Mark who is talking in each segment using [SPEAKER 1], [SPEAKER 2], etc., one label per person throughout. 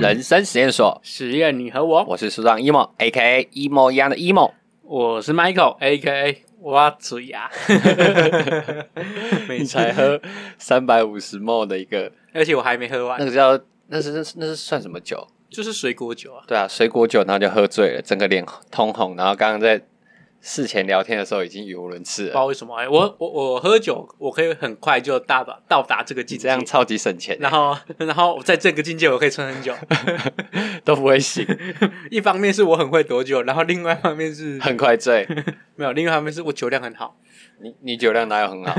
[SPEAKER 1] 人生实验所，
[SPEAKER 2] 实验你和我，
[SPEAKER 1] 我是树上 emo，A K A 一模一样的 emo。
[SPEAKER 2] 我是 Michael，A K A 挖嘴 牙，
[SPEAKER 1] 你才喝三百五十 ml 的一个，
[SPEAKER 2] 而且我还没喝
[SPEAKER 1] 那
[SPEAKER 2] 完，
[SPEAKER 1] 个叫那是那是那是算什么酒？
[SPEAKER 2] 就是水果酒啊，
[SPEAKER 1] 对啊，水果酒，然后就喝醉了，整个脸通红。然后刚刚在事前聊天的时候已经语无伦次
[SPEAKER 2] 不知道
[SPEAKER 1] 了，
[SPEAKER 2] 为什么、哎，我我我喝酒，我可以很快就到达到达这个境
[SPEAKER 1] 你这
[SPEAKER 2] 界，
[SPEAKER 1] 样超级省钱，
[SPEAKER 2] 然后然后在这个境界我可以撑很久，
[SPEAKER 1] 都不会醒，
[SPEAKER 2] 一方面是我很会躲酒，然后另外一方面 是
[SPEAKER 1] 很快 醉。
[SPEAKER 2] 没有，另外一方面是我酒量很好。
[SPEAKER 1] 你你酒量哪有很好？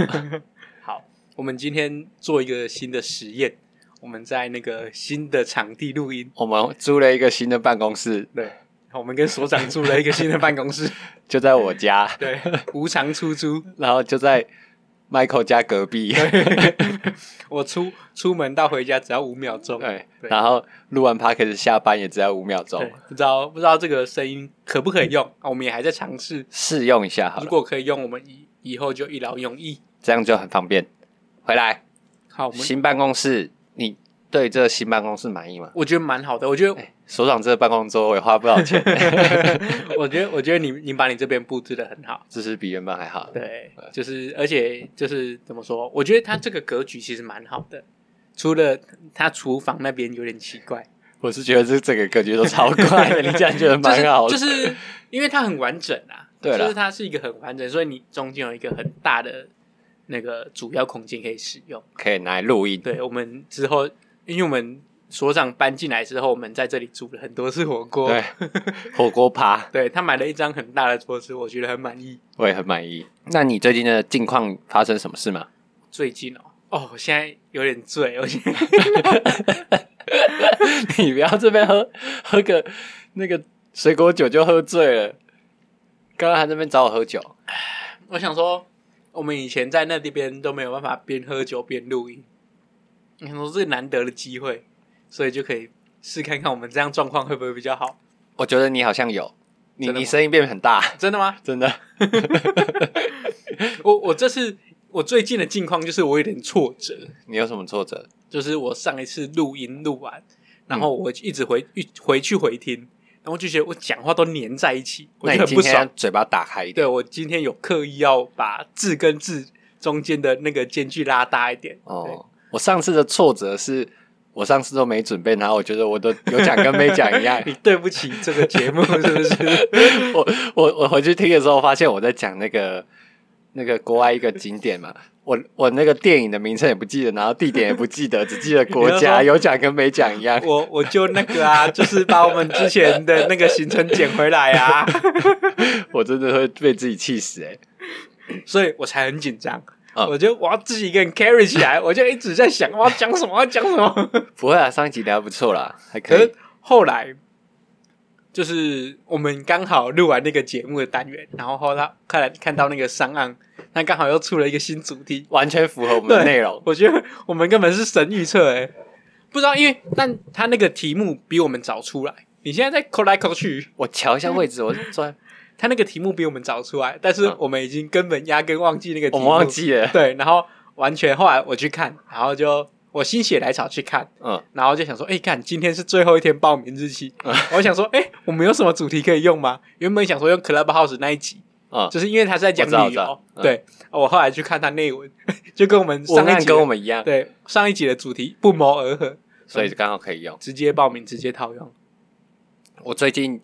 [SPEAKER 2] 好，我们今天做一个新的实验，我们在那个新的场地录音，
[SPEAKER 1] 我们租了一个新的办公室，
[SPEAKER 2] 对，我们跟所长租了一个新的办公室，
[SPEAKER 1] 就在我家，
[SPEAKER 2] 对， 无偿出租。
[SPEAKER 1] 然后就在 Michael 家隔壁。
[SPEAKER 2] 我出出门到回家只要五秒钟，
[SPEAKER 1] 对，
[SPEAKER 2] 对
[SPEAKER 1] 然后录完 p o d c a s t 下班也只要五秒
[SPEAKER 2] 对
[SPEAKER 1] 钟，
[SPEAKER 2] 不知道不知道这个声音可不可以用啊？我们也还在尝试，
[SPEAKER 1] 试用一下好
[SPEAKER 2] 如
[SPEAKER 1] 了，
[SPEAKER 2] 果可以用，我们以以后就一劳永逸。
[SPEAKER 1] 这样就很方便。回来，
[SPEAKER 2] 好，我们
[SPEAKER 1] 新办公室，你对这新办公室满意吗？
[SPEAKER 2] 我觉得蛮好的，我觉得
[SPEAKER 1] 所长这个办公桌我也花不少钱，
[SPEAKER 2] 我觉得我觉得你你把你这边布置的很好，
[SPEAKER 1] 这是比原本还好。
[SPEAKER 2] 对，就是而且就是怎么说？我觉得它这个格局其实蛮好的，除了它厨房那边有点奇怪，
[SPEAKER 1] 我是觉得这整个格局都超怪 的，你这样觉得蛮好的。
[SPEAKER 2] 就是，就是因为它很完整啊，
[SPEAKER 1] 对啦
[SPEAKER 2] 就是它是一个很完整，所以你中间有一个很大的那个主要空间可以使用。
[SPEAKER 1] 可以拿来录音，
[SPEAKER 2] 对我们之后，因为我们所长搬进来之后，我们在这里煮了很多次火锅，
[SPEAKER 1] 对，火锅趴
[SPEAKER 2] 对他买了一张很大的桌子，我觉得很满意。
[SPEAKER 1] 我也很满意。那你最近的近况发生什么事吗？
[SPEAKER 2] 最近哦，哦，我现在有点醉，我现 在
[SPEAKER 1] 你不要这边喝喝个那个水果酒就喝醉了，刚刚还在那边找我喝酒，
[SPEAKER 2] 我想说，我们以前在那边都没有办法边喝酒边录音，你说这是难得的机会，所以就可以试看看我们这样状况会不会比较好？
[SPEAKER 1] 我觉得你好像有，你
[SPEAKER 2] 真的吗
[SPEAKER 1] 你声音变很大，
[SPEAKER 2] 真的吗？
[SPEAKER 1] 真的。
[SPEAKER 2] 我我这次我最近的境况就是我有点挫折，
[SPEAKER 1] 你有什么挫折？
[SPEAKER 2] 就是我上一次录音录完，然
[SPEAKER 1] 嗯
[SPEAKER 2] 后我一直回一回去回听，然后就觉得我讲话都粘在一起，我
[SPEAKER 1] 那
[SPEAKER 2] 就
[SPEAKER 1] 你
[SPEAKER 2] 很
[SPEAKER 1] 今
[SPEAKER 2] 不爽
[SPEAKER 1] 天。嘴巴打开一点
[SPEAKER 2] 对我今天有刻意要把字跟字中间的那个间距拉大一点。对，
[SPEAKER 1] 哦。我上次的挫折是我上次都没准备，然后我觉得我都 有讲跟没讲一样。
[SPEAKER 2] 你对不起这个 节目是不是？
[SPEAKER 1] 我我我回去听的时候，发现我在讲那个那个国外一个景点嘛，我我那个电影的名称也不记得，然后地点也不记得，只记得国
[SPEAKER 2] 你就
[SPEAKER 1] 家，
[SPEAKER 2] 说
[SPEAKER 1] 有讲跟没讲一样。
[SPEAKER 2] 我我就那个啊，就是把我们之前的那个行程捡回来啊，
[SPEAKER 1] 我真的会被自己气死哎、欸
[SPEAKER 2] 所以我才很紧张。
[SPEAKER 1] 嗯
[SPEAKER 2] 我觉得我要自己一个人 carry 起来，我 就一直在想我要讲什么，我要讲 什么。
[SPEAKER 1] 不会啊，上一集聊得不错啦，还可
[SPEAKER 2] 可
[SPEAKER 1] 以
[SPEAKER 2] 是。后来，就是我们刚好录完那个节目的单元，然后后来看来看到那个上岸，那刚好又出了一个新主题，
[SPEAKER 1] 完全符合我们的
[SPEAKER 2] 对
[SPEAKER 1] 内容，
[SPEAKER 2] 我觉得我们根本是神预测哎，不知道因为但他那个题目比我们早出来，你现在在抠来抠去。
[SPEAKER 1] 我瞧一下位置，我 坐在，
[SPEAKER 2] 他那个题目比我们早出来，但是
[SPEAKER 1] 嗯
[SPEAKER 2] 我们已经根本压根忘记那个题
[SPEAKER 1] 我
[SPEAKER 2] 目，
[SPEAKER 1] 们忘记了，
[SPEAKER 2] 对，然后完全后来我去看，然后就我心血来潮去看，
[SPEAKER 1] 嗯，
[SPEAKER 2] 然后就想说，哎、看今天是最后一天报名 日期，我想说，哎、我们有什么主题可以用吗？原本想说用 Clubhouse 那一集，
[SPEAKER 1] 嗯
[SPEAKER 2] 就是因为他是在讲
[SPEAKER 1] 我知道
[SPEAKER 2] 旅
[SPEAKER 1] 我
[SPEAKER 2] 游
[SPEAKER 1] 知，道嗯
[SPEAKER 2] 对，哦我后来去看他内文， 就跟我们上
[SPEAKER 1] 文
[SPEAKER 2] 一
[SPEAKER 1] 案
[SPEAKER 2] 集
[SPEAKER 1] 跟我们一样，
[SPEAKER 2] 对上一集的主题不谋而合，
[SPEAKER 1] 所以刚好可以用。
[SPEAKER 2] 直接报名，直接套用。
[SPEAKER 1] 我最近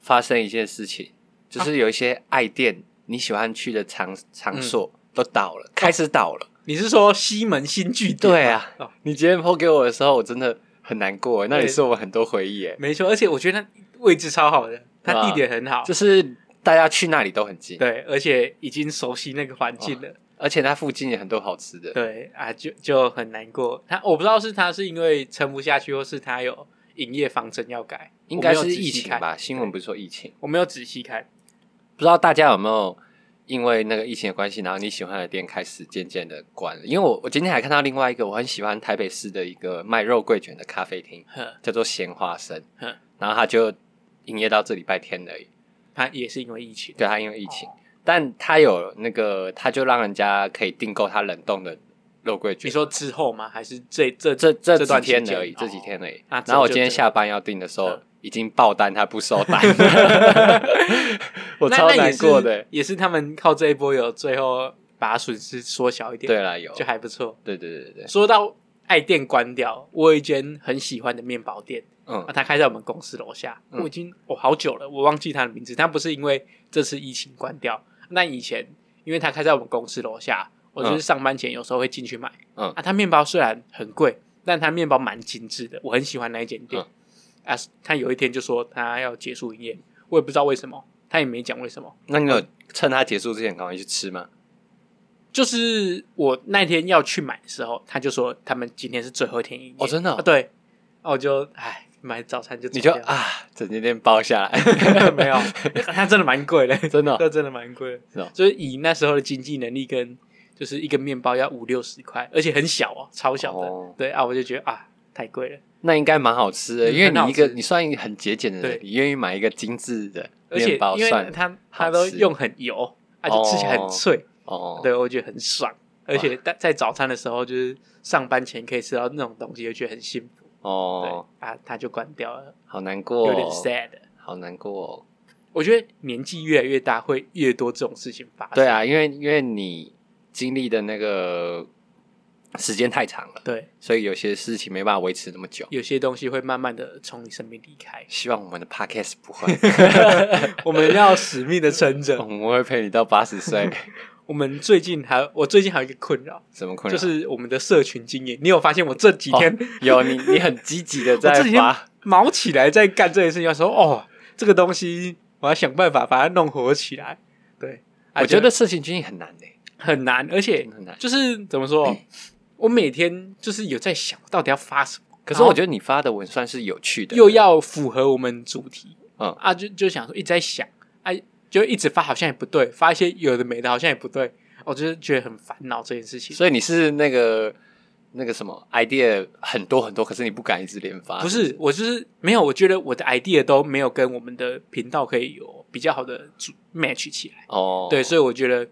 [SPEAKER 1] 发生一件事情，就是有一些爱店你喜欢去的场场
[SPEAKER 2] 嗯
[SPEAKER 1] 所都倒了，开始倒了。
[SPEAKER 2] 你是说西门新据点吗？
[SPEAKER 1] 对啊
[SPEAKER 2] 哦
[SPEAKER 1] 你今天 PO 给我的时候，我真的很难过，欸那
[SPEAKER 2] 对
[SPEAKER 1] 里是我很多回忆，哎，
[SPEAKER 2] 没错，而且我觉得它位置超好的，
[SPEAKER 1] 对
[SPEAKER 2] 它
[SPEAKER 1] 啊
[SPEAKER 2] 地点很好，
[SPEAKER 1] 就是大家去那里都很近，
[SPEAKER 2] 对，而且已经熟悉那个环境了，
[SPEAKER 1] 而且它附近也很多好吃的。
[SPEAKER 2] 对啊，就就很难过。他我不知道是他是因为撑不下去，或是他有营业方针要改，
[SPEAKER 1] 应该
[SPEAKER 2] 我
[SPEAKER 1] 是
[SPEAKER 2] 没有仔
[SPEAKER 1] 疫
[SPEAKER 2] 细
[SPEAKER 1] 情
[SPEAKER 2] 看，
[SPEAKER 1] 吧？新闻不是说疫情，
[SPEAKER 2] 我没有仔细看，
[SPEAKER 1] 不知道大家有没有因为那个疫情的关系，然后你喜欢的店开始渐渐的关了。因为我我今天还看到另外一个我很喜欢台北市的一个卖肉桂卷的咖啡厅，
[SPEAKER 2] 呵，
[SPEAKER 1] 叫做咸花生
[SPEAKER 2] 嗯，
[SPEAKER 1] 然后他就营业到这礼拜天而已。
[SPEAKER 2] 他也是因为疫情，
[SPEAKER 1] 对
[SPEAKER 2] 哦
[SPEAKER 1] 他因为疫情，但他有那个，他就让人家可以订购他冷冻的肉桂卷。
[SPEAKER 2] 你说之后吗？还是这这
[SPEAKER 1] 这这
[SPEAKER 2] 这
[SPEAKER 1] 几
[SPEAKER 2] 段期
[SPEAKER 1] 天
[SPEAKER 2] 间
[SPEAKER 1] 而已，
[SPEAKER 2] 哦
[SPEAKER 1] 这几天而已。
[SPEAKER 2] 那之后
[SPEAKER 1] 然后我
[SPEAKER 2] 就
[SPEAKER 1] 今天
[SPEAKER 2] 这
[SPEAKER 1] 下班要订的时候
[SPEAKER 2] 嗯，
[SPEAKER 1] 已经爆单，他不收 单， 我
[SPEAKER 2] 那
[SPEAKER 1] 超
[SPEAKER 2] 那也
[SPEAKER 1] 难
[SPEAKER 2] 是
[SPEAKER 1] 过的。欸
[SPEAKER 2] 也是他们靠这一波有最后把损失缩小一点，
[SPEAKER 1] 对啦，有，
[SPEAKER 2] 啊就还啊不错。
[SPEAKER 1] 对对对对对，
[SPEAKER 2] 说到爱店关掉，我有一间很喜欢的面包店，
[SPEAKER 1] 嗯
[SPEAKER 2] 啊，它开在我们公司楼下。
[SPEAKER 1] 嗯
[SPEAKER 2] 我已经我、哦、好久了，我忘记它的名字。它不是因为这次疫情关掉，那以前因为它开在我们公司楼下，我就是上班前有时候会进去买。
[SPEAKER 1] 嗯
[SPEAKER 2] 啊，它面包虽然很贵，但它面包蛮精致的，我很喜欢那一间店。
[SPEAKER 1] 嗯
[SPEAKER 2] 啊，他有一天就说他要结束营业，我也不知道为什么，他也没讲为什么。
[SPEAKER 1] 那你有趁他结束之前赶快去吃吗？
[SPEAKER 2] 就是我那天要去买的时候，他就说他们今天是最后一天营业。
[SPEAKER 1] 哦真的哦
[SPEAKER 2] 啊对，啊我就唉买早餐就走
[SPEAKER 1] 你就
[SPEAKER 2] 掉了
[SPEAKER 1] 啊，整间店包下来，
[SPEAKER 2] 没 有，它真的蛮贵的，
[SPEAKER 1] 真的哦
[SPEAKER 2] 那真的蛮贵
[SPEAKER 1] 是哦
[SPEAKER 2] 的。就是以那时候的经济能力跟就是一个面包要五六十块，而且很小哦，超小的。
[SPEAKER 1] 哦
[SPEAKER 2] 对啊，我就觉得啊太贵了，
[SPEAKER 1] 那应该蛮好吃的，
[SPEAKER 2] 嗯
[SPEAKER 1] 因为
[SPEAKER 2] 很好
[SPEAKER 1] 你一个
[SPEAKER 2] 吃
[SPEAKER 1] 你算一个很节俭的人
[SPEAKER 2] 对，
[SPEAKER 1] 你愿意买一个精致的
[SPEAKER 2] 而且
[SPEAKER 1] 面包
[SPEAKER 2] 因为
[SPEAKER 1] 算
[SPEAKER 2] 它
[SPEAKER 1] 好
[SPEAKER 2] 它
[SPEAKER 1] 吃
[SPEAKER 2] 都用很油，而且吃起来很脆，
[SPEAKER 1] 哦，
[SPEAKER 2] 对我觉得很爽。而且在在早餐的时候，就是上班前可以吃到那种东西，就觉得很幸福。
[SPEAKER 1] 哦，
[SPEAKER 2] 对啊，它就关掉了。
[SPEAKER 1] 好难过，哦
[SPEAKER 2] 有点 sad。
[SPEAKER 1] 好难过哦。
[SPEAKER 2] 我觉得年纪越来越大，会越多这种事情发生。
[SPEAKER 1] 对，啊，因为因为你经历的那个时间太长了，
[SPEAKER 2] 对，
[SPEAKER 1] 所以有些事情没办法维持那么久。。
[SPEAKER 2] 有些东西会慢慢的从你身边离开
[SPEAKER 1] 希望我们的 podcast 不 会，
[SPEAKER 2] 我们要使命的撑
[SPEAKER 1] 我
[SPEAKER 2] 着。
[SPEAKER 1] 们会陪你到八十岁。
[SPEAKER 2] 我们最近还，我最近还有一个困扰，
[SPEAKER 1] 什么困
[SPEAKER 2] 就
[SPEAKER 1] 扰？哦
[SPEAKER 2] 是我们的社群经营。你有发现我这几天、
[SPEAKER 1] 有你，你很积极的在
[SPEAKER 2] 我这啊几天
[SPEAKER 1] 发，
[SPEAKER 2] 毛起来在干这件事情，要说哦，这个东西我要想办法把它弄活起来。对，啊
[SPEAKER 1] 我觉得事情经营很难诶，
[SPEAKER 2] 很难，而且
[SPEAKER 1] 很难。
[SPEAKER 2] 就是怎么
[SPEAKER 1] 嗯
[SPEAKER 2] 说，我每天就是有在想，我到底要发什么。
[SPEAKER 1] 可是我
[SPEAKER 2] 然后
[SPEAKER 1] 觉得你发的文算是有趣的，
[SPEAKER 2] 又要符合我们主题，
[SPEAKER 1] 嗯
[SPEAKER 2] 啊，就就想说一直在想，啊，就一直发好像也不对，发一些有的没的好像也不对，我就是觉得很烦恼这件事情。
[SPEAKER 1] 所以你是那个那个什么 idea 很多很多，可是你不敢一直连发，
[SPEAKER 2] 不是，我就是没有，我觉得我的 idea 都没有跟我们的频道可以有比较好的组 match 起来，
[SPEAKER 1] 哦，
[SPEAKER 2] 对，所以我觉得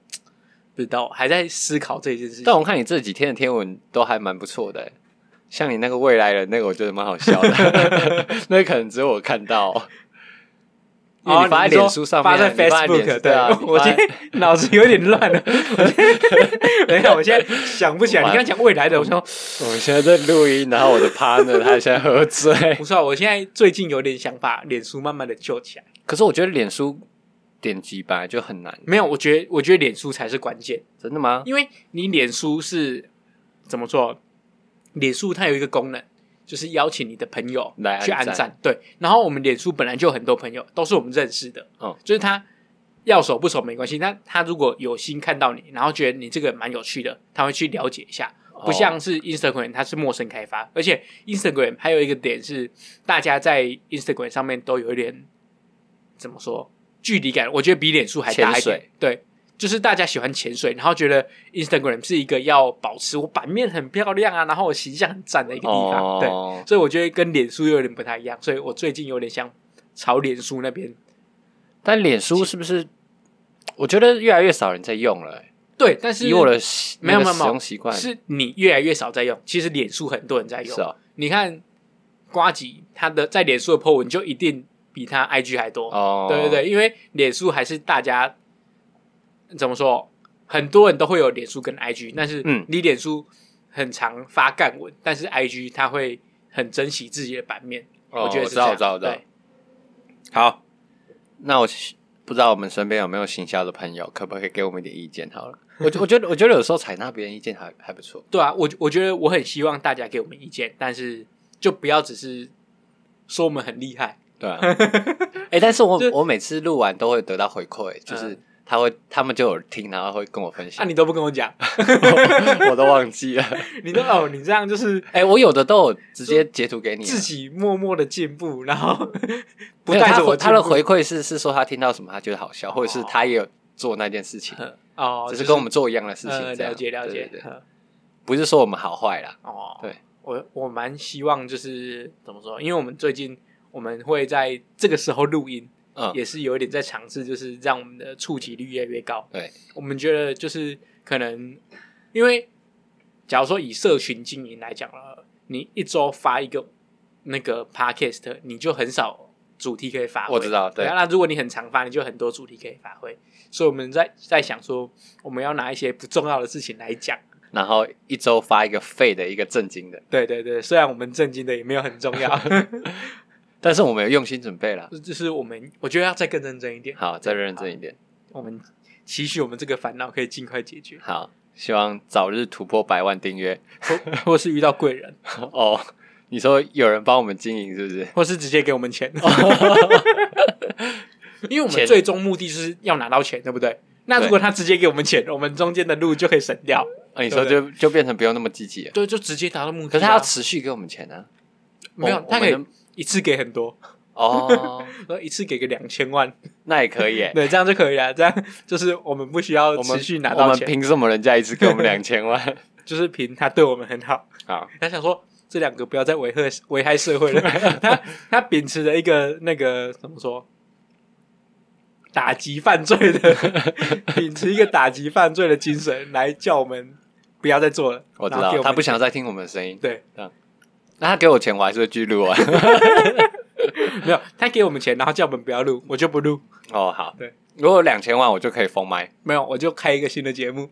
[SPEAKER 2] 不知道还在思考这件事情。
[SPEAKER 1] 但我看你这几天的天文都还蛮不错的欸，像你那个未来人那个，我觉得蛮好笑 的， 那可能只有我看到哦。因为
[SPEAKER 2] 哦
[SPEAKER 1] 你发在
[SPEAKER 2] 你说
[SPEAKER 1] 脸书上面啊，
[SPEAKER 2] 发在
[SPEAKER 1] 你在脸
[SPEAKER 2] Facebook，
[SPEAKER 1] 对啊，
[SPEAKER 2] 我今天 脑子有点 乱了。我今天等一下，我现在想不起来。你
[SPEAKER 1] 完
[SPEAKER 2] 刚刚讲未来的，
[SPEAKER 1] 嗯
[SPEAKER 2] 我说
[SPEAKER 1] 我们现在在录音，然后我的 partner 他现在喝醉，
[SPEAKER 2] 不是啊，我现在最近有点想把脸书慢慢的救起来。
[SPEAKER 1] 可是我觉得脸书点击本来就很难，
[SPEAKER 2] 没有，我觉得我觉得脸书才是关键，
[SPEAKER 1] 真的吗？
[SPEAKER 2] 因为你脸书是怎么做？脸书它有一个功能，就是邀请你的朋友
[SPEAKER 1] 来按
[SPEAKER 2] 去按
[SPEAKER 1] 赞
[SPEAKER 2] 赞。对，然后我们脸书本来就有很多朋友，都是我们认识的。
[SPEAKER 1] 嗯
[SPEAKER 2] 就是他要熟不熟没关系，但他如果有心看到你，然后觉得你这个蛮有趣的，他会去了解一下。不
[SPEAKER 1] 哦
[SPEAKER 2] 像是 Instagram，它是陌生开发，而且 Instagram 还有一个点是，大家在 Instagram 上面都有一点怎么说距离感，我觉得比脸书还大一
[SPEAKER 1] 潜
[SPEAKER 2] 点
[SPEAKER 1] 水。
[SPEAKER 2] 对，就是大家喜欢潜水，然后觉得 Instagram 是一个要保持我版面很漂亮啊，然后我形象很赞的一个地方。对，
[SPEAKER 1] 哦，
[SPEAKER 2] 所以我觉得跟脸书有点不太一样，所以我最近有点想朝脸书那边。
[SPEAKER 1] 但脸书是不是？我觉得越来越少人在用了欸、
[SPEAKER 2] 对，但是
[SPEAKER 1] 以我的习
[SPEAKER 2] 没有
[SPEAKER 1] 那个
[SPEAKER 2] 没有没
[SPEAKER 1] 使
[SPEAKER 2] 有
[SPEAKER 1] 用习惯
[SPEAKER 2] 是你越来越少在用，其实脸书很多人在用。
[SPEAKER 1] 是哦，
[SPEAKER 2] 你看瓜吉他的在脸书的 po 文就一定比他 IG 还多，
[SPEAKER 1] 哦，
[SPEAKER 2] 对对对，因为脸书还是大家怎么说，很多人都会有脸书跟 IG，但是
[SPEAKER 1] 嗯
[SPEAKER 2] 你脸书很常发干文，但是 IG 他会很珍惜自己的版面，
[SPEAKER 1] 哦，
[SPEAKER 2] 我觉得
[SPEAKER 1] 知
[SPEAKER 2] 是这
[SPEAKER 1] 道，
[SPEAKER 2] 样
[SPEAKER 1] 我知道，我知道
[SPEAKER 2] 对。
[SPEAKER 1] 好，那我不知道我们身边有没有行销的朋友，可不可以给我们一点意见？好了，我觉我觉得我觉得有时候采纳别人意见还还不错。
[SPEAKER 2] 对啊，我我觉得我很希望大家给我们意见，但是就不要只是说我们很厉害，
[SPEAKER 1] 对 啊，哎、但是我
[SPEAKER 2] 就
[SPEAKER 1] 我每次录完都会得到回馈，就是
[SPEAKER 2] 嗯
[SPEAKER 1] 他会他们就有听，然后会跟我分
[SPEAKER 2] 啊，
[SPEAKER 1] 享，
[SPEAKER 2] 你都不跟我讲，
[SPEAKER 1] 我都忘记 了。
[SPEAKER 2] 你都哦，你这样就是
[SPEAKER 1] 哎、我有的都有直接截图给你啊，
[SPEAKER 2] 自己默默的进步，然后 不
[SPEAKER 1] 没有
[SPEAKER 2] 带
[SPEAKER 1] 他
[SPEAKER 2] 着我
[SPEAKER 1] 回
[SPEAKER 2] 进
[SPEAKER 1] 他的
[SPEAKER 2] 步
[SPEAKER 1] 回馈是是说他听到什么他觉得好笑，或者是他也有做那件事情，
[SPEAKER 2] 嗯 哦，
[SPEAKER 1] 只
[SPEAKER 2] 就是
[SPEAKER 1] 跟我们做一样的事情
[SPEAKER 2] 呃，
[SPEAKER 1] 这样
[SPEAKER 2] 了解了
[SPEAKER 1] 对
[SPEAKER 2] 解
[SPEAKER 1] 对，对
[SPEAKER 2] 嗯
[SPEAKER 1] 不是说我们好坏啦，
[SPEAKER 2] 哦，
[SPEAKER 1] 对，
[SPEAKER 2] 我我蛮希望就是怎么说，因为我们最近我们会在这个时候录音，
[SPEAKER 1] 嗯，
[SPEAKER 2] 也是有一点在尝试，就是让我们的触及率越来越高。
[SPEAKER 1] 对，
[SPEAKER 2] 我们觉得就是可能因为假如说以社群经营来讲了，你一周发一个那个 podcast，你就很少主题可以发挥。
[SPEAKER 1] 我知道哦对
[SPEAKER 2] 啊那如果你很常发，你就很多主题可以发挥。所以我们在在想说，我们要拿一些不重要的事情来讲。
[SPEAKER 1] 然后一周发一个废的，一个正经 的，
[SPEAKER 2] 对对对，虽然我们震惊的也没有很重要，
[SPEAKER 1] 但是我们有用心准备了。
[SPEAKER 2] 就是我们我觉得要再更认真一点。
[SPEAKER 1] 好，再认真一点。
[SPEAKER 2] 我们期许我们这个烦恼可以尽快解决，
[SPEAKER 1] 好，希望早日突破百万订阅。
[SPEAKER 2] 或或是遇到贵人，
[SPEAKER 1] 哦，你说有人帮我们经营是不是？
[SPEAKER 2] 或是直接给我们钱，
[SPEAKER 1] 哦
[SPEAKER 2] 因为我们
[SPEAKER 1] 钱
[SPEAKER 2] 最终目的就是要拿到钱，对不对？那如果他直接给我们钱，我们中间的路就可以省掉，
[SPEAKER 1] 啊，你说就就变成不用那么积极了。
[SPEAKER 2] 对，就直接达到目的啊。
[SPEAKER 1] 可是他要持续给我们钱 啊。
[SPEAKER 2] 没有
[SPEAKER 1] 我，
[SPEAKER 2] 他可
[SPEAKER 1] 我
[SPEAKER 2] 以
[SPEAKER 1] 们
[SPEAKER 2] 一次给很多，
[SPEAKER 1] 哦，
[SPEAKER 2] 呃一次给个两 千万，
[SPEAKER 1] 那也可以耶。
[SPEAKER 2] 对，这样就可以了。这样就是我们不需要
[SPEAKER 1] 哎我们
[SPEAKER 2] 持续拿
[SPEAKER 1] 我
[SPEAKER 2] 到
[SPEAKER 1] 们
[SPEAKER 2] 钱，
[SPEAKER 1] 凭什么人家一次给我们两千 万？
[SPEAKER 2] 就是凭他对我们很好。
[SPEAKER 1] 好，
[SPEAKER 2] 他想说这两个不要再危害危害 社会了。他他秉持着一个那个怎么说，打击犯罪 的，秉持一个打击犯罪的精神来叫我们不要再做了。
[SPEAKER 1] 我知
[SPEAKER 2] 然后给
[SPEAKER 1] 道
[SPEAKER 2] 我们
[SPEAKER 1] 他不想再听我们的声音。
[SPEAKER 2] 对，
[SPEAKER 1] 那他给我钱，我还是会继续录 啊。
[SPEAKER 2] 没有他给我们钱，然后叫我们不要录，我就不录。
[SPEAKER 1] 哦，好，
[SPEAKER 2] 对，
[SPEAKER 1] 如果两千万，我就可以封麦，
[SPEAKER 2] 没有，我就开一个新的节 目，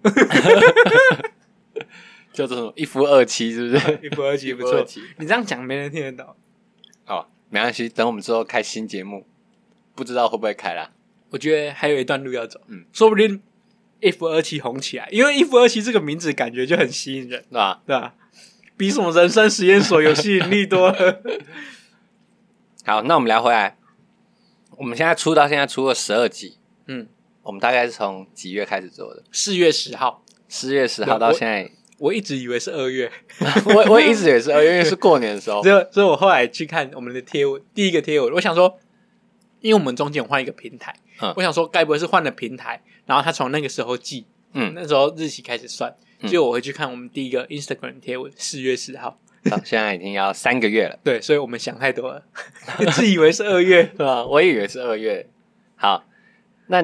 [SPEAKER 1] 叫做什么一夫二妻，是不是？
[SPEAKER 2] 一夫二妻不
[SPEAKER 1] 一夫
[SPEAKER 2] 错
[SPEAKER 1] 二。 妻。
[SPEAKER 2] 你这样讲没人听得到。
[SPEAKER 1] 哦，没关系，等我们之后开新节目，不知道会不会开啦。
[SPEAKER 2] 我觉得还有一段路要走，
[SPEAKER 1] 嗯
[SPEAKER 2] 说不定一夫二妻红起来，因为一夫二妻这个名字感觉就很吸引人。
[SPEAKER 1] 对吧？
[SPEAKER 2] 对吧？比什么人生实验所有吸引力多了。
[SPEAKER 1] 好，那我们聊回来，我们现在出到现在出了十二集，
[SPEAKER 2] 嗯，
[SPEAKER 1] 我们大概是从几月开始做的？
[SPEAKER 2] 四月十号，
[SPEAKER 1] 四月十号到现在，
[SPEAKER 2] 我一直以为是二月，
[SPEAKER 1] 我我一直也是，因为是过年的 时候
[SPEAKER 2] 所，以所以我后来去看我们的贴文，第一个贴文，我想说，因为我们中间有换一个平台，
[SPEAKER 1] 嗯
[SPEAKER 2] 我想说该不会是换了平台，然后他从那个时候记，
[SPEAKER 1] 嗯，
[SPEAKER 2] 那时候日期开始算，
[SPEAKER 1] 嗯
[SPEAKER 2] 所以我回去看我们第一个 Instagram 贴文，四月十号。
[SPEAKER 1] 到现在已经要三个月了，
[SPEAKER 2] 对，所以我们想太多了， 自以为是二月。
[SPEAKER 1] 对吧？我也以为是二月。好，那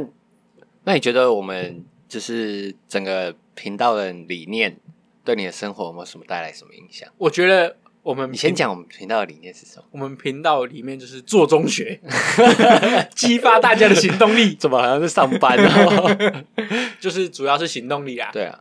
[SPEAKER 1] 那你觉得我们就是整个频道的理念对你的生活有没有什么带来什么影响？
[SPEAKER 2] 我觉得我们
[SPEAKER 1] 你先
[SPEAKER 2] 平
[SPEAKER 1] 讲我们频道的理念是什么？
[SPEAKER 2] 我们频道里面就是做中学， 激发大家的行动力，
[SPEAKER 1] 怎么好像是上班哦？
[SPEAKER 2] 就是主要是行动力啊。
[SPEAKER 1] 对啊，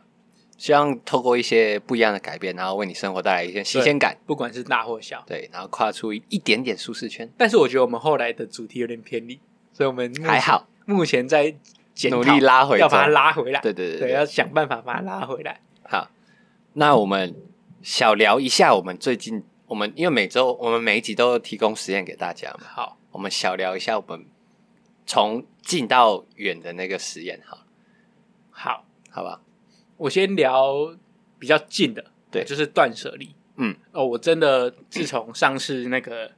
[SPEAKER 1] 希望透过一些不一样的改变，然后为你生活带来一些新鲜感，
[SPEAKER 2] 不管是大或小。
[SPEAKER 1] 对，然后跨出一点点舒适圈，
[SPEAKER 2] 但是我觉得我们后来的主题有点偏离，所以我们目前
[SPEAKER 1] 还，好，
[SPEAKER 2] 目前在检讨
[SPEAKER 1] 努力拉回，
[SPEAKER 2] 要把它，拉回来。
[SPEAKER 1] 对对对
[SPEAKER 2] 对，要想办法把它拉回来。
[SPEAKER 1] 好，那我们小聊一下，我们最近我们因为每周我们每一集都提供实验给大家嘛，
[SPEAKER 2] 好，
[SPEAKER 1] 我们小聊一下我们从近到远的那个实验，好了，
[SPEAKER 2] 好，
[SPEAKER 1] 好吧？
[SPEAKER 2] 我先聊比较近的，
[SPEAKER 1] 对
[SPEAKER 2] 就是断舍离。
[SPEAKER 1] 嗯，
[SPEAKER 2] 哦，我真的自从上次那个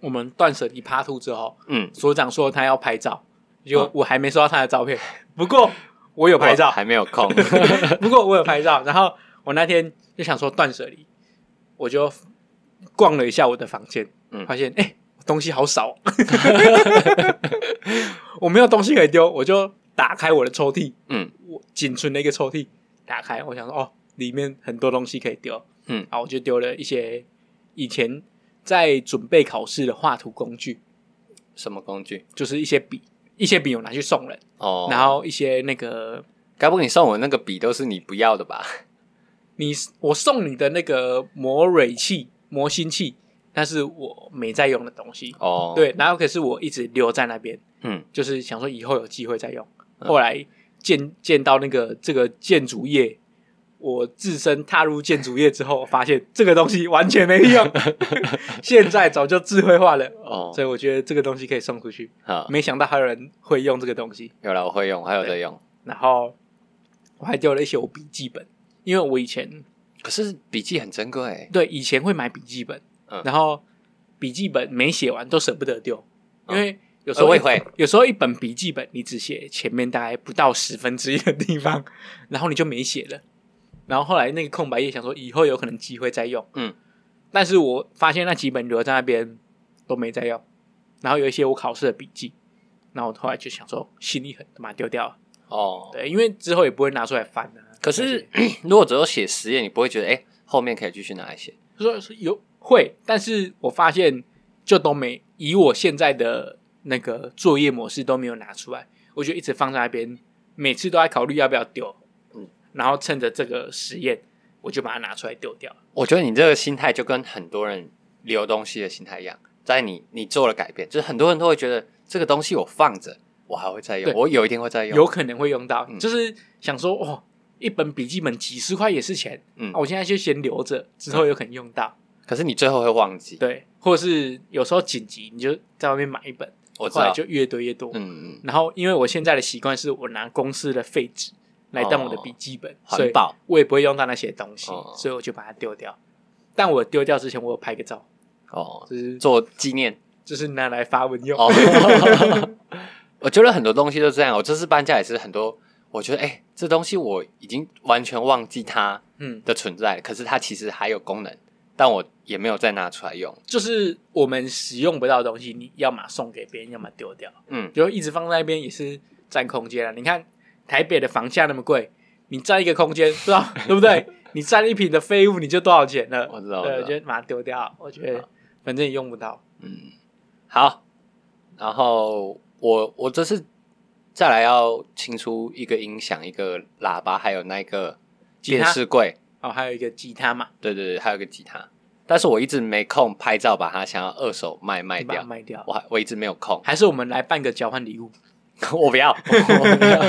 [SPEAKER 2] 我们断舍离趴兔之后，
[SPEAKER 1] 嗯，
[SPEAKER 2] 所长说他要拍照，就
[SPEAKER 1] 嗯
[SPEAKER 2] 我还没收到他的照片， 不过我有拍
[SPEAKER 1] 我
[SPEAKER 2] 照，
[SPEAKER 1] 还没有 空，
[SPEAKER 2] 不过我有拍照，然后我那天就想说断舍离，我就逛了一下我的房间，
[SPEAKER 1] 嗯
[SPEAKER 2] 发现哎、诶东西好少哦， 我没有东西可以丢，我就打开我的抽屉，
[SPEAKER 1] 嗯，
[SPEAKER 2] 我仅存的一个抽屉打开，我想说哦，里面很多东西可以丢，
[SPEAKER 1] 嗯
[SPEAKER 2] 然后我就丢了一些以前在准备考试的画图工具，
[SPEAKER 1] 什么工具？
[SPEAKER 2] 就是一些笔，一些笔我拿去送人，
[SPEAKER 1] 哦，
[SPEAKER 2] 然后一些那个
[SPEAKER 1] 该不会你送我那个笔都是你不要的吧？
[SPEAKER 2] 你我送你的那个磨蕊器、磨心器，那是我没在用的东西。
[SPEAKER 1] 哦，，
[SPEAKER 2] 对，然后可是我一直留在那边，
[SPEAKER 1] 嗯，
[SPEAKER 2] 就是想说以后有机会再用。
[SPEAKER 1] 嗯
[SPEAKER 2] 后来见见到那个这个建筑业，我自身踏入建筑业之后，发现这个东西完全没 用，现在早就智慧化了。
[SPEAKER 1] 哦啊
[SPEAKER 2] 所，以我觉得这个东西可以送出去，
[SPEAKER 1] 好，
[SPEAKER 2] 没想到还有人会用这个东西。
[SPEAKER 1] 有了，我会用，我还有在用。
[SPEAKER 2] 然后我还丢了一些我笔记本，因为我以前
[SPEAKER 1] 可是笔记很珍贵欸，
[SPEAKER 2] 对，以前会买笔记本，
[SPEAKER 1] 嗯
[SPEAKER 2] 然后笔记本没写完都舍不得丢，因
[SPEAKER 1] 嗯
[SPEAKER 2] 为有时
[SPEAKER 1] 呃
[SPEAKER 2] 候
[SPEAKER 1] 我
[SPEAKER 2] 一、
[SPEAKER 1] 也会，
[SPEAKER 2] 有时候一本笔记本你只写前面大概不到十分之一的地方， 然后你就没写了，然后后来那个空白页想说以后有可能机会再用，
[SPEAKER 1] 嗯，
[SPEAKER 2] 但是我发现那几本留在那边都没再用，然后有一些我考试的笔记，然后我后来就想说心里很把它丢掉了，
[SPEAKER 1] 哦，
[SPEAKER 2] 对，因为之后也不会拿出来翻的、
[SPEAKER 1] 可是 如果只有写实验，你不会觉得哎、诶后面可以继续拿来写
[SPEAKER 2] 说是有会，但是我发现就都没以我现在的那个作业模式都没有拿出来，我就一直放在那边，每次都在考虑要不要丢，
[SPEAKER 1] 嗯
[SPEAKER 2] 然后趁着这个实验，我就把它拿出来丢掉。
[SPEAKER 1] 我觉得你这个心态就跟很多人留东西的心态一样，在你你做了改变，就是很多人都会觉得这个东西我放着，我还会再用，
[SPEAKER 2] 对
[SPEAKER 1] 我有一天会再用。
[SPEAKER 2] 有可能会用到，
[SPEAKER 1] 哎嗯
[SPEAKER 2] 就是想说哦，一本笔记本几十块也是钱，
[SPEAKER 1] 嗯
[SPEAKER 2] 啊我现在就先留着，之后有可能用到，
[SPEAKER 1] 可是你最后会忘记。
[SPEAKER 2] 对，或者是有时候紧急你就在外面买一本，
[SPEAKER 1] 我知
[SPEAKER 2] 后来
[SPEAKER 1] 道。
[SPEAKER 2] 就越堆越多。
[SPEAKER 1] 嗯嗯，
[SPEAKER 2] 然后因为我现在的习惯是我拿公司的废纸来当我的笔记本，所以
[SPEAKER 1] 环保
[SPEAKER 2] 我也不会用到那些东西，
[SPEAKER 1] 哦
[SPEAKER 2] 所以我就把它丢掉。但我丢掉之前，我有拍个照，
[SPEAKER 1] 哦，
[SPEAKER 2] 就是
[SPEAKER 1] 做纪念
[SPEAKER 2] 就是拿来发文用。
[SPEAKER 1] 哦。 我觉得很多东西都这样，我这次搬家也是很多，我觉得哎、诶这东西我已经完全忘记它
[SPEAKER 2] 嗯，
[SPEAKER 1] 的存在，可是它其实还有功能，但我也没有再拿出来用。
[SPEAKER 2] 就是我们使用不到的东西，你要么送给别人，要么丢掉。
[SPEAKER 1] 嗯，
[SPEAKER 2] 就一直放在那边也是占空间啊。你看台北的房价那么贵，你占一个空间，不知道对 不对？你占一瓶的废物，你就多少钱了？
[SPEAKER 1] 我知道啊
[SPEAKER 2] 对，
[SPEAKER 1] 我知
[SPEAKER 2] 我
[SPEAKER 1] 道
[SPEAKER 2] 觉得把它丢掉，我觉得
[SPEAKER 1] 好
[SPEAKER 2] 反正也用不到。
[SPEAKER 1] 嗯，好，然后我我这次再来要清出一个音响、一个喇叭，还有那个
[SPEAKER 2] 吉他
[SPEAKER 1] 电视柜，
[SPEAKER 2] 哦，还有一个吉他嘛，
[SPEAKER 1] 对对对，还有一个吉他。但是我一直没空拍照，把它想要二手卖卖
[SPEAKER 2] 你把它
[SPEAKER 1] 掉，
[SPEAKER 2] 卖掉，
[SPEAKER 1] 我还我一直没有空，
[SPEAKER 2] 还是我们来办个交换礼物？
[SPEAKER 1] 我不 要，我不要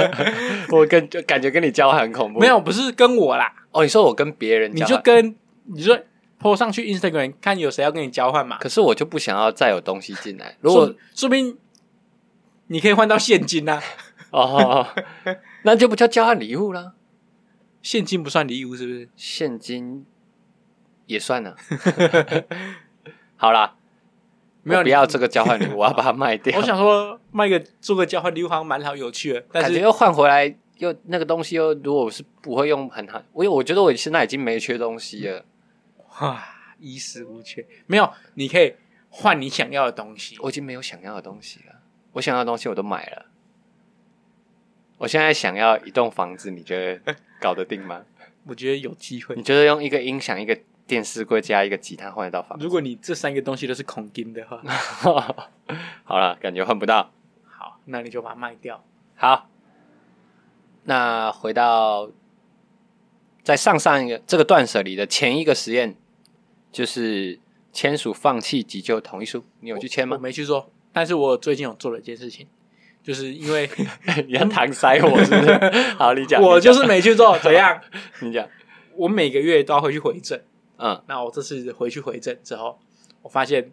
[SPEAKER 1] 我跟就感觉跟你交换很恐怖。
[SPEAKER 2] 没有，不是跟我啦，
[SPEAKER 1] 哦，你说我跟别人
[SPEAKER 2] 你
[SPEAKER 1] 交
[SPEAKER 2] 就
[SPEAKER 1] 换，
[SPEAKER 2] 跟你就 po 上去 Instagram 看有谁要跟你交换嘛。
[SPEAKER 1] 可是我就不想要再有东西进来。如果
[SPEAKER 2] 说说不定你可以换到现金啊，
[SPEAKER 1] 哦， 那就不叫交换礼物啦，
[SPEAKER 2] 现金不算礼物是不是？
[SPEAKER 1] 现金也算 了。好啦，
[SPEAKER 2] 没有
[SPEAKER 1] 我不
[SPEAKER 2] 你
[SPEAKER 1] 要这个交换礼 物，我要把它卖掉。
[SPEAKER 2] 我想说卖个做个交换礼物好像蛮好有趣的，但
[SPEAKER 1] 感觉
[SPEAKER 2] 是
[SPEAKER 1] 又换回来，又那个东西又如果是不会用很好，我我觉得我现在已经没缺东西
[SPEAKER 2] 嗯
[SPEAKER 1] 了。
[SPEAKER 2] 哇，衣食无缺。没有，你可以换你想要的东西。
[SPEAKER 1] 我已经没有想要的东西了，我想要的东西我都买了。我现在想要一栋房子，你觉得搞得定 吗？
[SPEAKER 2] 我觉得有机会
[SPEAKER 1] 你，觉得用一个音响、一个电视柜加一个吉他换得到房 子？
[SPEAKER 2] 如果你这三个东西都是孔金的 话，
[SPEAKER 1] 好了，感觉换不到。
[SPEAKER 2] 好，那你就把它卖掉。
[SPEAKER 1] 好，那回到在上上一个这个断舍离的前一个实验，就是签署放弃急救同意书，你有去签
[SPEAKER 2] 我
[SPEAKER 1] 吗？
[SPEAKER 2] 没去做，但是我最近有做了一件事情，就是因为
[SPEAKER 1] 你要搪塞我是不是？ 好，你 讲，
[SPEAKER 2] 嗯我
[SPEAKER 1] 你讲
[SPEAKER 2] 就是没去做，怎样？
[SPEAKER 1] 你讲，
[SPEAKER 2] 我每个月都要回去回诊。
[SPEAKER 1] 嗯
[SPEAKER 2] 那我这次回去回诊之后，我发现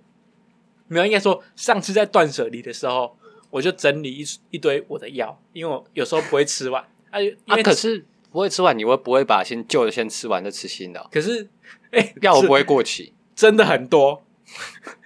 [SPEAKER 2] 没有，应该说上次在断舍离的时候，我就整理一一堆我的药，因为我有时候不会吃完，啊，因
[SPEAKER 1] 啊，
[SPEAKER 2] 为、
[SPEAKER 1] 可是不会吃完，你会不会把先旧的先吃完再吃新的哦、
[SPEAKER 2] 可是哎、
[SPEAKER 1] 药不
[SPEAKER 2] 是
[SPEAKER 1] 会过期。
[SPEAKER 2] 真的很多，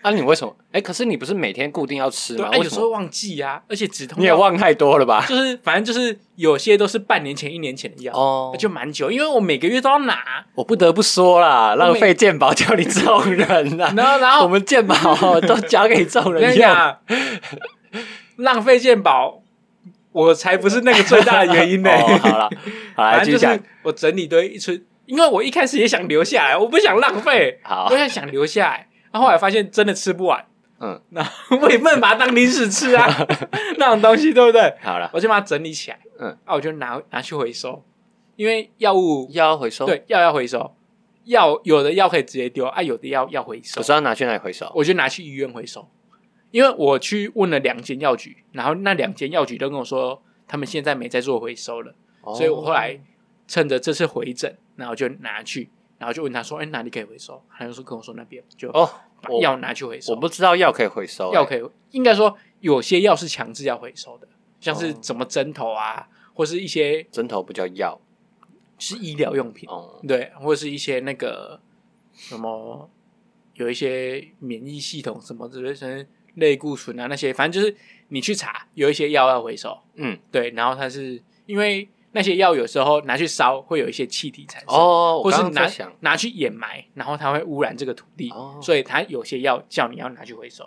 [SPEAKER 1] 啊，你为什么？哎、可是你不是每天固定要吃
[SPEAKER 2] 对，
[SPEAKER 1] 吗？
[SPEAKER 2] 啊、
[SPEAKER 1] 为
[SPEAKER 2] 有
[SPEAKER 1] 什
[SPEAKER 2] 时
[SPEAKER 1] 么
[SPEAKER 2] 候忘记啊，而且止痛
[SPEAKER 1] 你也
[SPEAKER 2] 药，
[SPEAKER 1] 忘太多了吧？
[SPEAKER 2] 就是反正就是有些都是半年前、一年前的药，
[SPEAKER 1] 哦，
[SPEAKER 2] 就蛮久，因为我每个月都要拿，
[SPEAKER 1] 我不得不说啦，
[SPEAKER 2] 每
[SPEAKER 1] 浪费健保叫你这种人啊啦、
[SPEAKER 2] 然后然后
[SPEAKER 1] 我们健保都交给这种
[SPEAKER 2] 我跟
[SPEAKER 1] 人
[SPEAKER 2] 你
[SPEAKER 1] 用。
[SPEAKER 2] 讲，浪费健保，我才不是那个最大的原因 呢、
[SPEAKER 1] 哦 好了，好来
[SPEAKER 2] 反
[SPEAKER 1] 继
[SPEAKER 2] 正
[SPEAKER 1] 续
[SPEAKER 2] 就
[SPEAKER 1] 讲
[SPEAKER 2] 是。我整理堆一村，因为我一开始也想留下来，我不想浪费，
[SPEAKER 1] 好
[SPEAKER 2] 我，也想留下来。然后后来发现真的吃不完，
[SPEAKER 1] 嗯，
[SPEAKER 2] 那我也不能把它当零食吃 啊，那种东西对不对？
[SPEAKER 1] 好了，
[SPEAKER 2] 我就把它整理起来，
[SPEAKER 1] 嗯，
[SPEAKER 2] 啊，我就拿拿去回收，因为药物
[SPEAKER 1] 要回收，，
[SPEAKER 2] 对药要回收，药有的药可以直接丢啊，有的药要回收
[SPEAKER 1] 我知，道拿去哪里回收。
[SPEAKER 2] 我就拿去医院回收，因为我去问了两间药局，然后那两间药局都跟我说他们现在没在做回收了。
[SPEAKER 1] 哦
[SPEAKER 2] 所以我后来趁着这次回诊，然后就拿去，然后就问他说：“哎、哪里可以回收？”他就说跟我说那边就
[SPEAKER 1] 哦，
[SPEAKER 2] 把
[SPEAKER 1] 我
[SPEAKER 2] 药拿去回收。
[SPEAKER 1] 我不知道药可以回收、
[SPEAKER 2] 药
[SPEAKER 1] 欸
[SPEAKER 2] 可以，应该说有些药是强制要回收的，像是
[SPEAKER 1] 哦
[SPEAKER 2] 什么针头啊，或是一些
[SPEAKER 1] 针头不叫药
[SPEAKER 2] 是医疗用品，
[SPEAKER 1] 哦，
[SPEAKER 2] 对，或是一些那个什么有一些免疫系统什么之类，像是类固醇啊那些，反正就是你去查，有一些药要回收，
[SPEAKER 1] 嗯，
[SPEAKER 2] 对，然后它是因为那些药有时候拿去烧会有一些气体产生，
[SPEAKER 1] 哦，
[SPEAKER 2] 或
[SPEAKER 1] 我
[SPEAKER 2] 是
[SPEAKER 1] 刚刚
[SPEAKER 2] 拿
[SPEAKER 1] 在想，
[SPEAKER 2] 拿去掩埋，然后它会污染这个土地，
[SPEAKER 1] 哦
[SPEAKER 2] 所以它有些药叫你要拿去回收，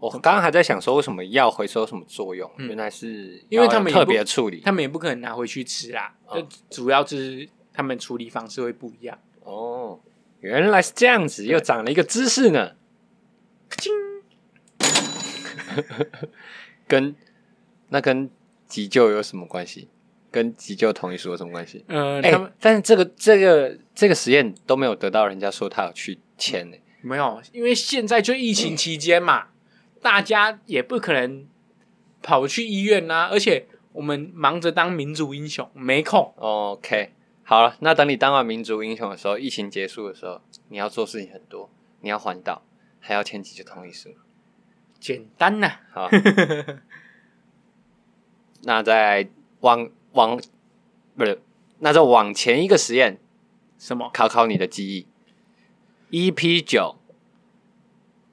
[SPEAKER 1] 我刚刚还在想说为什么药回收有什么作用，
[SPEAKER 2] 嗯
[SPEAKER 1] 原来是
[SPEAKER 2] 因为他们
[SPEAKER 1] 要
[SPEAKER 2] 也
[SPEAKER 1] 特
[SPEAKER 2] 不
[SPEAKER 1] 别处理
[SPEAKER 2] 他们也不可能拿回去吃啦，
[SPEAKER 1] 哦
[SPEAKER 2] 就主要就是他们处理方式会不一样。
[SPEAKER 1] 哦，原来是这样子，又长了一个知识呢。 跟那跟急救有什么关系？跟急救同一书有什么关系？
[SPEAKER 2] 呃，
[SPEAKER 1] 哎、
[SPEAKER 2] 他们
[SPEAKER 1] 但是这个这个这个实验都没有得到人家说他有去签呢、
[SPEAKER 2] 没有，因为现在就疫情期间嘛，大家也不可能跑去医院啦、而且我们忙着当民族英雄，没空。
[SPEAKER 1] OK，好了，那等你当完民族英雄的时候，疫情结束的时候，你要做事情很多，你要环岛，还要签急救同意书。
[SPEAKER 2] 简单呐、
[SPEAKER 1] 好， 那再往往不是，那再往前一个实验，
[SPEAKER 2] 什么？
[SPEAKER 1] 考考你的记忆。EP 九，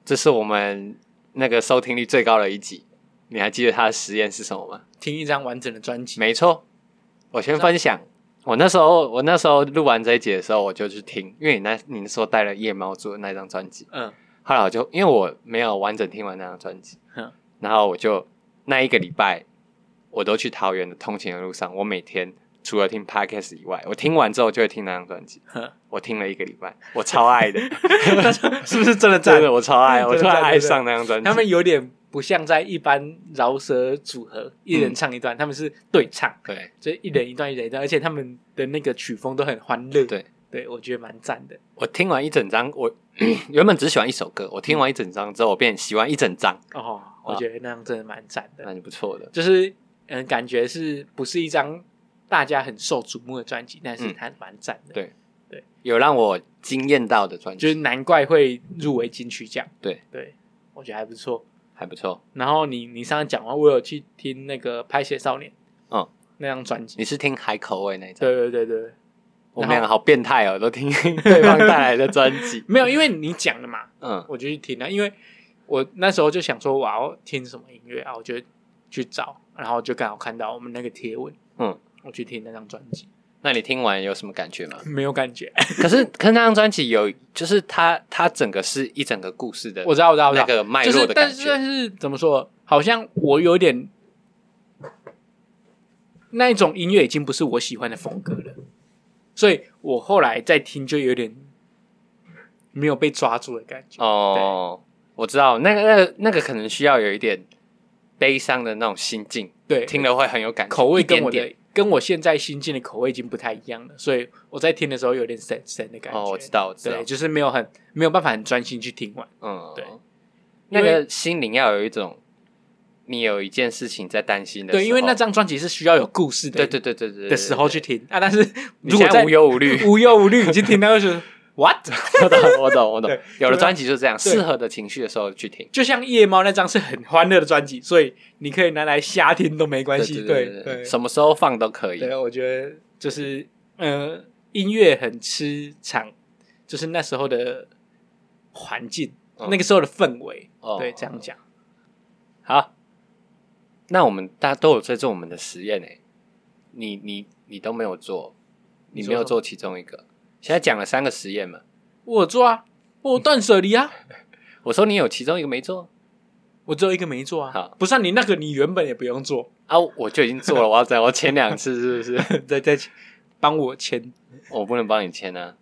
[SPEAKER 1] 这是我们那个收听率最高的一集，你还记得它的实验是什么吗？
[SPEAKER 2] 听一张完整的专辑？
[SPEAKER 1] 没错，我先分享。我那时候，我那时候录完这一集的时候，我就去听，因为你那你那时候带了夜猫做的那张专辑，
[SPEAKER 2] 嗯，
[SPEAKER 1] 后来我就因为我没有完整听完那张专辑
[SPEAKER 2] 哼，
[SPEAKER 1] 然后我就那一个礼拜，我都去桃园的通勤的路上，我每天除了听 podcast 以外，我听完之后就会听那张专 辑
[SPEAKER 2] 哼，
[SPEAKER 1] 我听了一个礼拜，我超爱的，
[SPEAKER 2] 是不是真的 赞
[SPEAKER 1] 真？的我超爱，我
[SPEAKER 2] 真的
[SPEAKER 1] 突然
[SPEAKER 2] 赞
[SPEAKER 1] 爱上那张专辑。
[SPEAKER 2] 他们有点不像在一般饶舌组合，一人唱一段，他们是对唱，
[SPEAKER 1] 对
[SPEAKER 2] 所以一人一段，一人一段，而且他们的那个曲风都很欢乐。
[SPEAKER 1] 对，
[SPEAKER 2] 对我觉得蛮赞的。
[SPEAKER 1] 我听完一整张，我 原本只喜欢一首歌，我听完一整张之后，我变喜欢一整张，
[SPEAKER 2] 哦，我觉得那样真的蛮赞的，
[SPEAKER 1] 那就不错的。
[SPEAKER 2] 就是嗯，感觉是不是一张大家很受瞩目的专辑，但是
[SPEAKER 1] 嗯
[SPEAKER 2] 它蛮赞的。
[SPEAKER 1] 对有让我惊艳到的专
[SPEAKER 2] 就是
[SPEAKER 1] 辑，
[SPEAKER 2] 难怪会入围金曲奖。
[SPEAKER 1] 对
[SPEAKER 2] 对，我觉得还不错。
[SPEAKER 1] 还不错。
[SPEAKER 2] 然后你你上次讲完，我有去听那个《拍写少年》
[SPEAKER 1] 嗯
[SPEAKER 2] 那张专辑。
[SPEAKER 1] 你是听海口味那一张？
[SPEAKER 2] 对对对对，
[SPEAKER 1] 我们两个好变态哦，都 听对方带来的专辑。
[SPEAKER 2] 没有，因为你讲了嘛，
[SPEAKER 1] 嗯，
[SPEAKER 2] 我就去听了。因为我那时候就想说我要听什么音乐啊，我就去找，然后就刚好看到我们那个贴文，
[SPEAKER 1] 嗯，
[SPEAKER 2] 我去听那张专辑，？
[SPEAKER 1] 那你听完有什么感觉吗
[SPEAKER 2] 没有感觉。
[SPEAKER 1] 可是，可是那张专辑有，就是它它整个是一整个故事的
[SPEAKER 2] 我知道，我知道，我知
[SPEAKER 1] 那
[SPEAKER 2] 道，
[SPEAKER 1] 个脉
[SPEAKER 2] 就是
[SPEAKER 1] 络的
[SPEAKER 2] 但
[SPEAKER 1] 感
[SPEAKER 2] 是
[SPEAKER 1] 觉。
[SPEAKER 2] 但是怎么说，好像我有点那一种音乐已经不是我喜欢的风格了，所以我后来再听就有点没有被抓住的感觉。
[SPEAKER 1] 哦，我知道，那个那个那个可能需要有一点悲伤的那种心境，
[SPEAKER 2] 对，
[SPEAKER 1] 听了会很有感觉。
[SPEAKER 2] 口味跟我
[SPEAKER 1] 一
[SPEAKER 2] 的
[SPEAKER 1] 点点
[SPEAKER 2] 跟我现在新进的口味已经不太一样了，所以我在听的时候有点神神的感觉。
[SPEAKER 1] 哦，我知，道，我知道
[SPEAKER 2] 对，，就是没有很没有办法很专心去听完。
[SPEAKER 1] 嗯，
[SPEAKER 2] 对，
[SPEAKER 1] 那
[SPEAKER 2] 因
[SPEAKER 1] 个心灵要有一种，你有一件事情在担心的时候，
[SPEAKER 2] 对，因为那张专辑是需要有故事
[SPEAKER 1] 对
[SPEAKER 2] 的，
[SPEAKER 1] 对对对对
[SPEAKER 2] 的时候去，听啊。但是
[SPEAKER 1] 对对对你
[SPEAKER 2] 如果
[SPEAKER 1] 现在
[SPEAKER 2] 在
[SPEAKER 1] 无忧无虑，
[SPEAKER 2] 无忧无虑，你去听到就是 what，
[SPEAKER 1] 我懂我懂我懂
[SPEAKER 2] 对，
[SPEAKER 1] 有的
[SPEAKER 2] 对
[SPEAKER 1] 专辑就是这样，
[SPEAKER 2] 对
[SPEAKER 1] 适合的情绪的时候去听。
[SPEAKER 2] 就像夜猫那张是很欢乐的专辑，所以你可以拿来瞎听都没关系。
[SPEAKER 1] 对
[SPEAKER 2] 对，
[SPEAKER 1] 什么时候放都可以。
[SPEAKER 2] 对，我觉得就是呃，音乐很吃场，就是那时候的环境，
[SPEAKER 1] 嗯
[SPEAKER 2] 那个时候的氛围，
[SPEAKER 1] 哦
[SPEAKER 2] 对，这样讲。
[SPEAKER 1] 好，那我们大家都有在做我们的实验诶，你你你都没有做，
[SPEAKER 2] 你
[SPEAKER 1] 你
[SPEAKER 2] 说
[SPEAKER 1] 没有做其中一个。现在讲了三个实验嘛，
[SPEAKER 2] 我有做啊，我有断舍离啊，
[SPEAKER 1] 我说你有其中一个没做
[SPEAKER 2] 我只有一个没做啊
[SPEAKER 1] 好，
[SPEAKER 2] 不是、啊、你那个你原本也不用做，
[SPEAKER 1] 啊，我就已经做了，我要再我签两次是不 是？
[SPEAKER 2] 再再帮我签。
[SPEAKER 1] 我不能帮你签啊。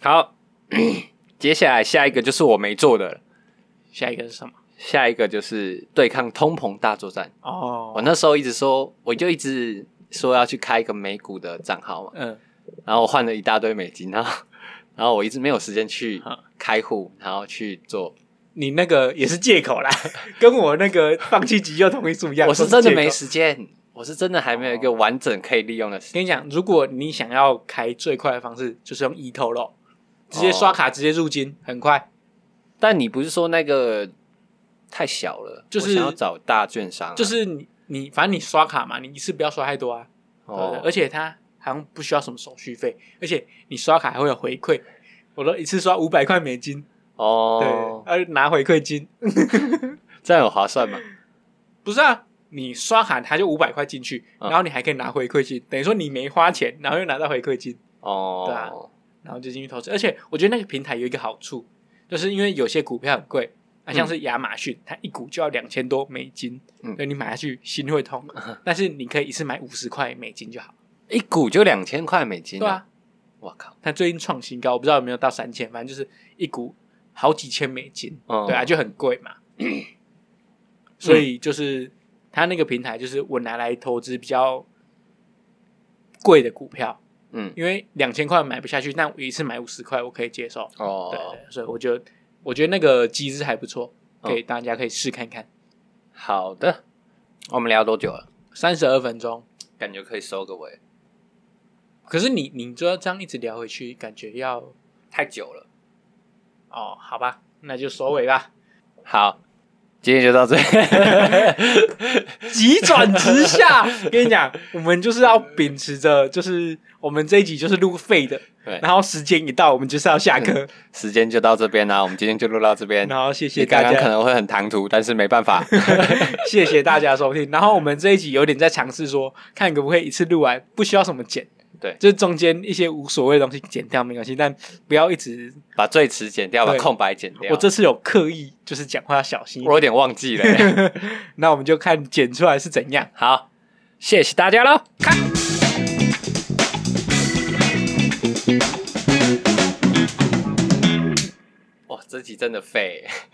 [SPEAKER 1] 好，接下来下一个就是我没做的了，
[SPEAKER 2] 下一个是什么？
[SPEAKER 1] 下一个就是对抗通膨大作战。我
[SPEAKER 2] 哦，
[SPEAKER 1] 那时候一直说，我就一直说要去开一个美股的账号嘛，
[SPEAKER 2] 嗯，
[SPEAKER 1] 然后我换了一大堆美金，然后 然后我一直没有时间去
[SPEAKER 2] 好
[SPEAKER 1] 开户，然后去做。
[SPEAKER 2] 你那个也是借口啦， 跟我那个放弃急救同意书一样。
[SPEAKER 1] 我是真的没
[SPEAKER 2] 都是借
[SPEAKER 1] 时
[SPEAKER 2] 口
[SPEAKER 1] 间，我是真的还没有一个完整可以利用的时间。
[SPEAKER 2] 跟你讲，如果你想要开最快的方式，就是用 e t o r 直接刷卡直接入金，很快。
[SPEAKER 1] 但你不是说那个太小了，
[SPEAKER 2] 就是
[SPEAKER 1] 我想要找大券商啊、
[SPEAKER 2] 就是你你反正你刷卡嘛，你一次不要刷太多啊，对
[SPEAKER 1] 哦
[SPEAKER 2] 不对而且它好像不需要什么手续费，而且你刷卡还会有回馈，我都一次刷五百块美金，
[SPEAKER 1] 哦，
[SPEAKER 2] 对，要啊拿回馈金，
[SPEAKER 1] 这样有划算吗？
[SPEAKER 2] 不是啊。你刷卡，它就五百块进去，
[SPEAKER 1] 嗯
[SPEAKER 2] 然后你还可以拿回馈金，等于说你没花钱，然后又拿到回馈金，
[SPEAKER 1] 哦，
[SPEAKER 2] 对啊然后就进去投资。而且我觉得那个平台有一个好处，就是因为有些股票很贵，啊，像是亚马逊，它一股就要两千多美金，
[SPEAKER 1] 嗯
[SPEAKER 2] 所以你买下去心会痛。但是你可以一次买五十块美金就好，
[SPEAKER 1] 一股就两千块美金、
[SPEAKER 2] 对啊，，
[SPEAKER 1] 我靠，
[SPEAKER 2] 它最近创新高，我不知道有没有到三千，反正就是一股好几千美金，
[SPEAKER 1] 嗯
[SPEAKER 2] 对啊，就很贵嘛。所以就是它那个平台，就是我拿来投资比较贵的股票，
[SPEAKER 1] 嗯，
[SPEAKER 2] 因为两千块买不下去，但我一次买五十块我可以接受。
[SPEAKER 1] 哦，
[SPEAKER 2] 对对，所以我觉得我觉得那个机制还不错，
[SPEAKER 1] 嗯
[SPEAKER 2] 可以大家可以试看看。
[SPEAKER 1] 好的，我们聊多久了？
[SPEAKER 2] 三十二分钟，
[SPEAKER 1] 感觉可以收个尾，
[SPEAKER 2] 可是你你就要这样一直聊回去，感觉要
[SPEAKER 1] 太久了。
[SPEAKER 2] 哦，好吧，那就收尾吧。
[SPEAKER 1] 好，今天就到这里。
[SPEAKER 2] 急转直下，跟你讲，我们就是要秉持着，就是我们这一集就是录废的，
[SPEAKER 1] 对
[SPEAKER 2] 然后时间一到，我们就是要下课，
[SPEAKER 1] 时间就到这边啊啦、我们今天就录到这边。
[SPEAKER 2] 然后谢谢
[SPEAKER 1] 你刚
[SPEAKER 2] 大
[SPEAKER 1] 刚可
[SPEAKER 2] 家，
[SPEAKER 1] 能会很唐突，但是没办 法。
[SPEAKER 2] 谢谢大家收听。然后我们这一集有点在尝试说，看可不可以一次录完，不需要什么剪，
[SPEAKER 1] 对
[SPEAKER 2] 就是中间一些无所谓的东西剪掉没关系，但不要一直。
[SPEAKER 1] 把最迟剪掉，把
[SPEAKER 2] 对
[SPEAKER 1] 空白剪掉。
[SPEAKER 2] 我这次有刻意就是讲话要小心一
[SPEAKER 1] 我有点忘记了。
[SPEAKER 2] 点，那我们就看剪出来是怎样。
[SPEAKER 1] 好，谢谢大家喽。哇，这集真的废欸。